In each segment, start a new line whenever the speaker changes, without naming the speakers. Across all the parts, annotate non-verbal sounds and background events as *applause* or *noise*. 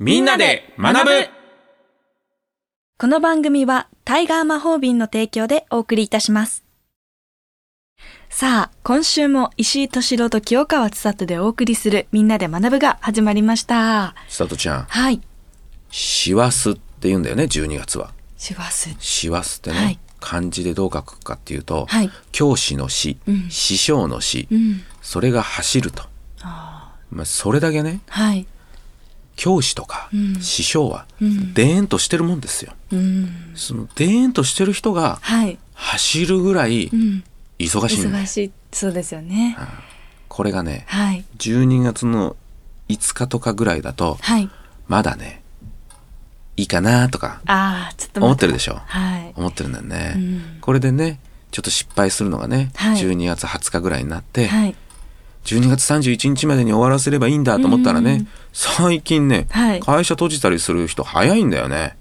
みんなで学ぶ
この番組はタイガー魔法瓶の提供でお送りいたします。さあ、今週も石井敏郎と清川千里でお送りするみんなで学ぶが始まりました。
さとちゃん、
はい。
師走って言うんだよね、12月は。
師走。
師走ってね、
はい
漢字でどう書くかっていうと、
はい
教師の師、
うん
師匠の師、
うん。
それが走ると。まあ、それだけね、
はい。
教師とか、
うん
師匠は、
うん
でーんとしてるもんですよ。
うん。
その、でーんとしてる人が、
はい。
走るぐらい
うん。
忙しいんだよ
忙しい。そうですよね。
これがね、
はい。
12月の5日とかぐらいだと、
はい。
まだね、いいかなとか、
ああ、ちょっと
思
待
ってるでしょ。
はい。
思ってるんだよね、
うん
これでねちょっと失敗するのがね、
はい
12月20日ぐらいになって、
はい。
12月31日までに終わらせればいいんだと思ったらね、
うん
最近ね、
はい
会社閉じたりする人早いんだよね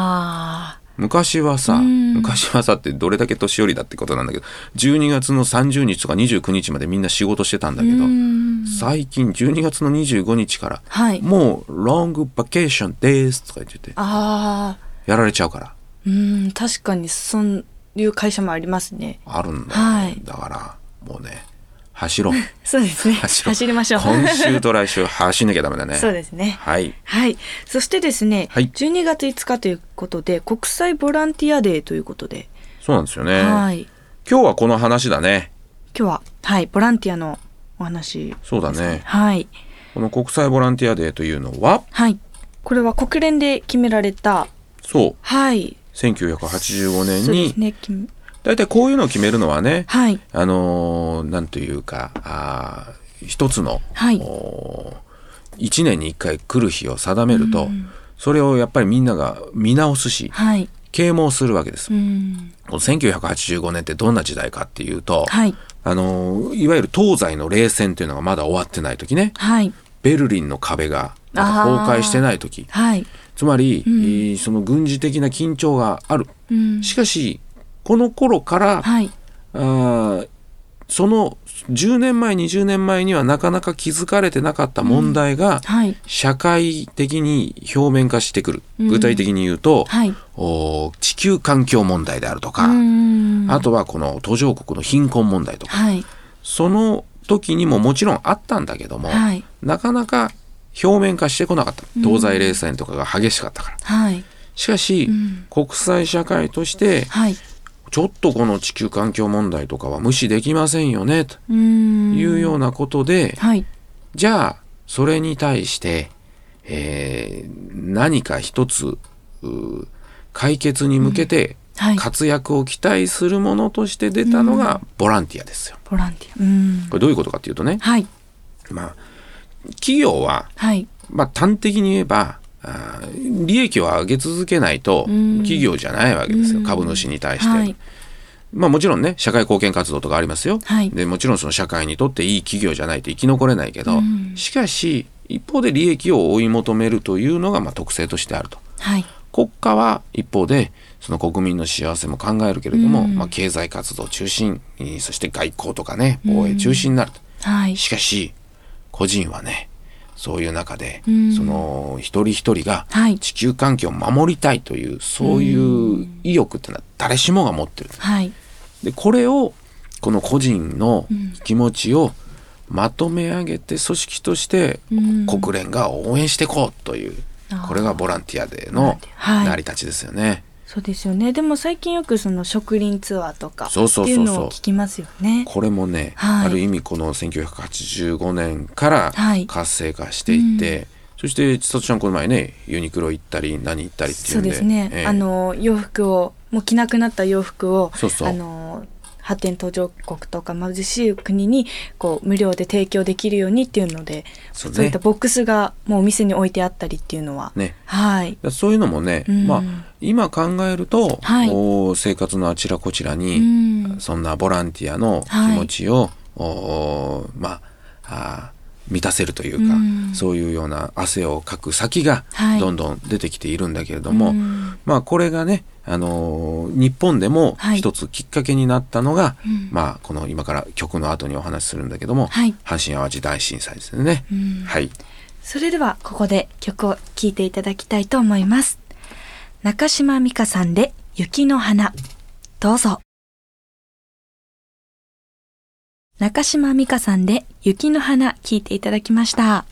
あ
昔はさ、
うん
昔はさってどれだけ年寄りだってことなんだけど12月の30日とか29日までみんな仕事してたんだ
あ。
けど、
うん
最近12月の25日から、
はい。
もうロングバケーションですとか言ってて
ああ。
やられちゃうから
うん、確かにそういう会社もありますね。
あるんだよ、
はい
だからもうね走ろう
そうです
*laughs*
ね。
走ろう
走りましょう。
今週と来週走んなきゃダメだね。
*laughs* そうですね。
はい。
はい。そしてですね、
はい
12月5日ということで、国際ボランティアデーということで、
そうなんですよね。
はい。
今日はこの話だね。
今日は、はい、ボランティアのお話。
そうだね。
はい。
この国際ボランティアデーというのは、
はい。これは国連で決められた、
そう、
はい。
1985年
そうです
に、
ね。きん
だいたいこういうのを決めるのはね、
はい。
あのーなんというか、あー一つの、
はい
おー一年に一回来る日を定めると、
うん
それをやっぱりみんなが見直すし、
はい。
啓蒙するわけです
う。ん。
この1985年ってどんな時代かっていうと、
はい。
あのいわゆる東西の冷戦というのがまだ終わってない時ね
はい。
ベルリンの壁がまだ崩壊してない時
はい。
つまり、
うん
えーその軍事的な緊張がある
うん。
しかしこの頃から、
はい。
あーその10年前20年前にはなかなか気づかれてなかった問題が
はい。
社会的に表面化してくる
うん
具体的に言うと、
はい。
おー地球環境問題であるとか、
うん
あとはこの途上国の貧困問題とか
はい。
その時にももちろんあったんだけども、
はい。
なかなか表面化してこなかった
うん
東西冷戦とかが激しかったから、
はい。
しかし、
うん
国際社会として
はい。
ちょっとこの地球環境問題とかは無視できませんよねと
うーん。
いうようなことで、
はい。
じゃあそれに対して、えー何か一つうー解決に向けて
はい。
活躍を期待するものとして出たのがボランティアですよ。
ボランティア。うーん
こ。れどういうことかっていうとね、
はい。
まあ、企業は、
はい。
まあ、端的に言えば、あー利益を上げ続けないと
うん
企業じゃないわけです
う
よ
ん
株主に対して、
はい。
まあもちろんね社会貢献活動とかありますよ、
はい
でもちろんその社会にとっていい企業じゃないと生き残れないけど、
うん
しかし一方で利益を追い求めるというのがまあ特性としてあると
はい。
国家は一方でその国民の幸せも考えるけれども、
うん
まあ、経済活動中心にそして外交とかね防衛中心になると、
はい。
しかし個人はねそういう中で、
うん
その一人一人が
はい
地球環境を守りたいというそういう意欲ってのは誰しもが持ってる。
はい。
でこれをこの個人の
うん
気持ちをまとめ上げて組織として
うん
国連が応援していこうという
あー
これがボランティアで
ボラ
の
ンティアはい
成り立ちですよね。
そうですよね。でも最近よくその植林ツアーとかって
そうそう
い
そうう
の
そう
を聞きますよね。
これもね、
はい
ある意味この1985年から
はい
活性化していって、そして千里ちゃんこの前ねユニクロ行ったり何行ったりっていうん
そう
で
ですね。
ええ
あの洋服をもう着なくなった洋服を
そうそう
あの発展途上国とか貧しい国にこう無料で提供できるようにっていうので、
そうね
そういったボックスがもうお店に置いてあったりっていうのは、
ね
はい。
だそういうのもね、
うん
まあ今考えると、
はい
お生活のあちらこちら
う
に、
ん
そんなボランティアの気持ちを、おまああー満たせるというか、
うん
そういうような汗をかく先が
はい
どんどん出てきているんだけれども、
うん
まあこれがね、あのー日本でも
はい
一つきっかけになったのが、
うん
まあこの今から曲の後にお話しするんだけども、
はい
阪神・淡路大震災ですよね。
うん
はい。
それではここで曲を聴いていただきたいと思います。中島美香さんで雪の花。どうぞ。中島美香さんで雪の花聴いていただきました。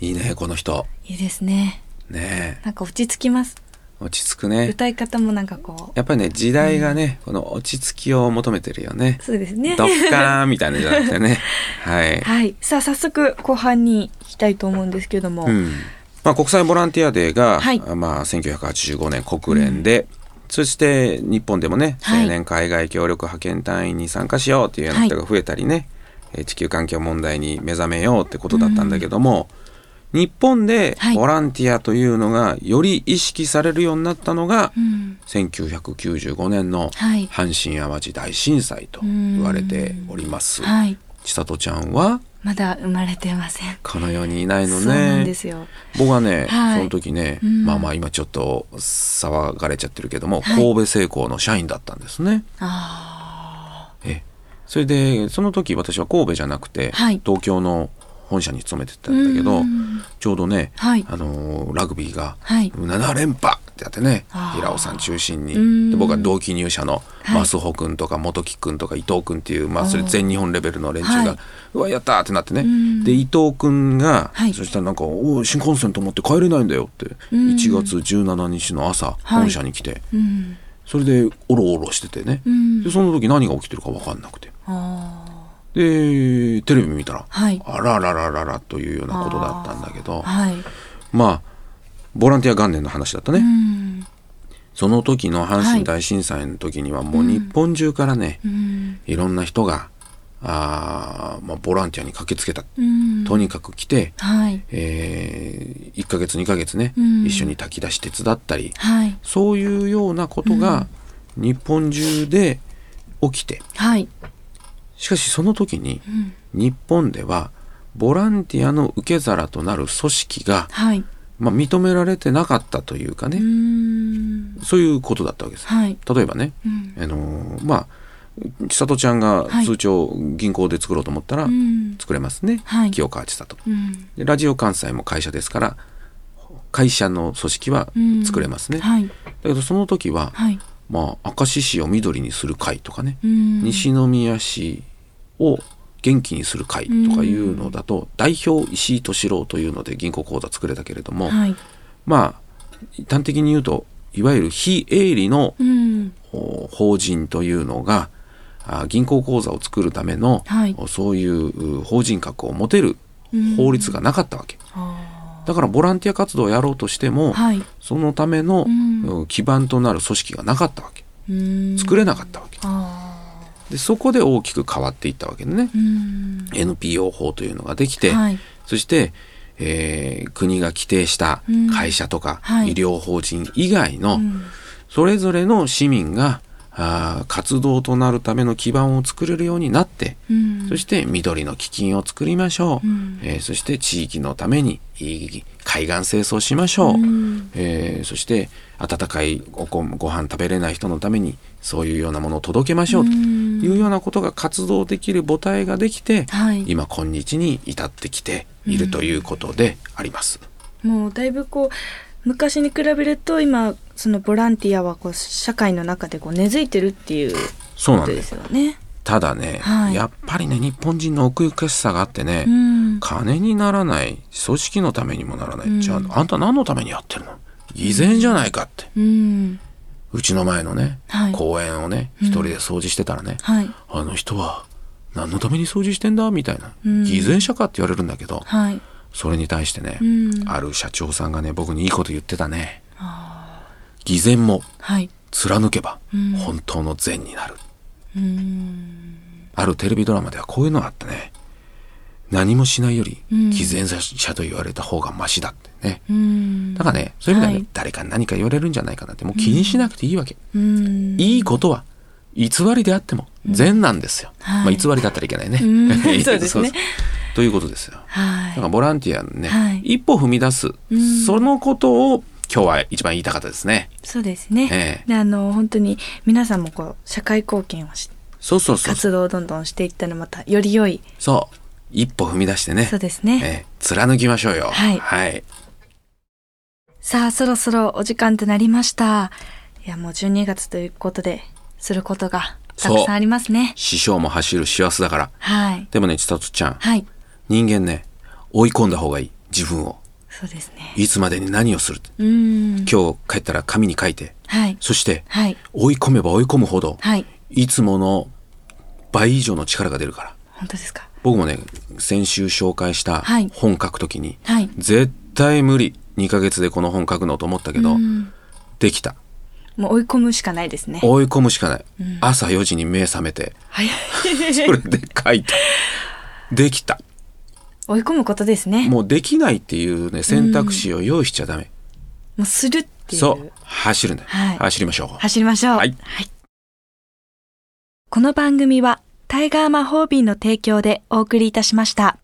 いいね、この人。
いいですね。
ね
なんか落ち着きます。
落ち着くね。
歌い方もなんかこ
う。やっぱりね、時代がね、うん、この落ち着きを求めてるよね。
そうですね。
ど
*laughs*
っかーみたいなじゃなくてね。はい。
はい。さあ、早速後半に行きたいと思うんですけども。うん、
まあ、国際ボランティアデーが、はい、まあ、1985年国連で、うんそして日本でもね、青年海外協力派遣隊員に参加しようというような人が増えたりね、はい、地球環境問題に目覚めようってことだったんだけども、うん、日本でボランティアというのがより意識されるようになったのが、うん、1995年の阪神・淡路大震災と言われております。うんはい、千里ちゃんは
まだ生まれてません。
この世にいないの
ね。
僕はね、はい、その時ね、うん、まあまあ今ちょっと騒がれちゃってるけども、はい、神戸製鋼の社員だったんですね。え、それでその時私は神戸じゃなくて、はい、東京の本社に勤めてたんだけど、ちょうどね、あのー、ラグビーが7連覇ってやってね、平尾さん中心にで僕は同期入社の増穂君とか元木君とか伊藤君っていう、まあ、それ全日本レベルの連中が「はい、うわやった!」ってなってねで伊藤君が、そしたらなんか「お新幹線と思って帰れないんだよ」って1月17日の朝本社に来て、それでおろおろしててねでその時何が起きてるか分かんなくて。でテレビ見たら、はい、あらららららというようなことだったんだけど、はい、まあボランティア元年の話だったね。その時の阪神大震災の時にはもう日本中からね、うん、いろんな人があ、まあ、ボランティアに駆けつけた、うん、とにかく来て、はいえー、1ヶ月2ヶ月ね、うん、一緒に炊き出し手伝ったり、はい、そういうようなことが日本中で起きて、はい、しかしその時に日本ではボランティアの受け皿となる組織が、はい、まあ、認められてなかったというかねそういうことだったわけです。はい、例えばね、うん、あのー、まあ千里ちゃんが通帳銀行で作ろうと思ったら作れますね、はい、清川千里、うん、でラジオ関西も会社ですから会社の組織は作れますね、うんはい、だけどその時は、まあ、明石市を緑にする会とかね西宮市を元気にする会とかいうのだと、代表石井敏郎というので銀行口座作れたけれども、はい、まあ端的に言うといわゆる非営利の、うん、法人というのが銀行口座を作るための、はい、そういう法人格を持てる法律がなかったわけ。うん、だからボランティア活動をやろうとしても、はい、そのための、うん、基盤となる組織がなかったわけ作れなかったわけでそこで大きく変わっていったわけでね NPO 法というのができて、はい、そして、えー、国が規定した会社とか、うん、医療法人以外の、はい、それぞれの市民があ活動となるための基盤を作れるようになって、うん、そして緑の基金を作りましょう、うん、えー、そして地域のために海岸清掃しましょう、うん、えー、そして温かいおこご飯食べれない人のためにそういうようなものを届けましょうというようなことが活動できる母体ができて、はい、今今日に至ってきているということであります。
もうだいぶこう昔に比べると今そのボランティアはこう社会の中でこう根付いてるっていうことですよね。
ただね、はい、やっぱりね日本人の奥ゆかしさがあってね、うん、金にならない組織のためにもならない、うん、じゃああんた何のためにやってるの偽善じゃないかって、うん、うちの前のね、はい、公園をね一人で掃除してたらね、はい、あの人は何のために掃除してんだみたいな、偽善者かって言われるんだけど、それに対してね、うん、ある社長さんがね、僕にいいこと言ってたね。偽善も貫けば本当の善になる、うん。あるテレビドラマではこういうのがあったね。何もしないより偽善者と言われた方がマシだってね。うん、だからね、そういう意味ではね、はい、誰かに何か言われるんじゃないかなってもう気にしなくていいわけ。いいことは偽りであっても善なんですよ。はい、まあ偽りだったらいけないね。 *laughs*
そうですね。
ということですよ。はい、だからボランティアのね、はい、一歩踏み出す、うん、そのことを今日は一番言いたかったですね。
そうですね。えー、であの本当に皆さんもこう社会貢献をし
そうそうそう
活動をどんどんしていったらまたより良い
そう一歩踏み出してね
そうですね。
えー貫きましょうよ。
はい
はい、
さあ、そろそろお時間となりました。いや、もう12月ということで、することがたくさんありますね。
師匠も走る幸せだから。
はい。
でもね、千里ちゃん、
はい。
人間ね、追い込んだ方がいい。自分を。
そうですね。
いつまでに何をする。
うーん。
今日帰ったら紙に書いて。
はい。
そして、
はい。
追い込めば追い込むほど、
はい。
いつもの倍以上の力が出るから。
本当ですか。
僕もね、先週紹介した
はい
本書くときに、
はい。
絶対無理。2ヶ月でこの本書くのと思ったけど、
うん
できた。
もう追い込むしかないですね。
追い込むしかない。朝4時に目覚めて、 *laughs*
早い。
それで書いた。できた。
*laughs* 追い込むことですね。も
もうできないっていうね、選択肢を用意しちゃダメ。
うするっていう。
そう。走るんだよ。
はい
走りましょう。
走りましょう。
はい
この番組はタイガー魔法瓶の提供でお送りいたしました。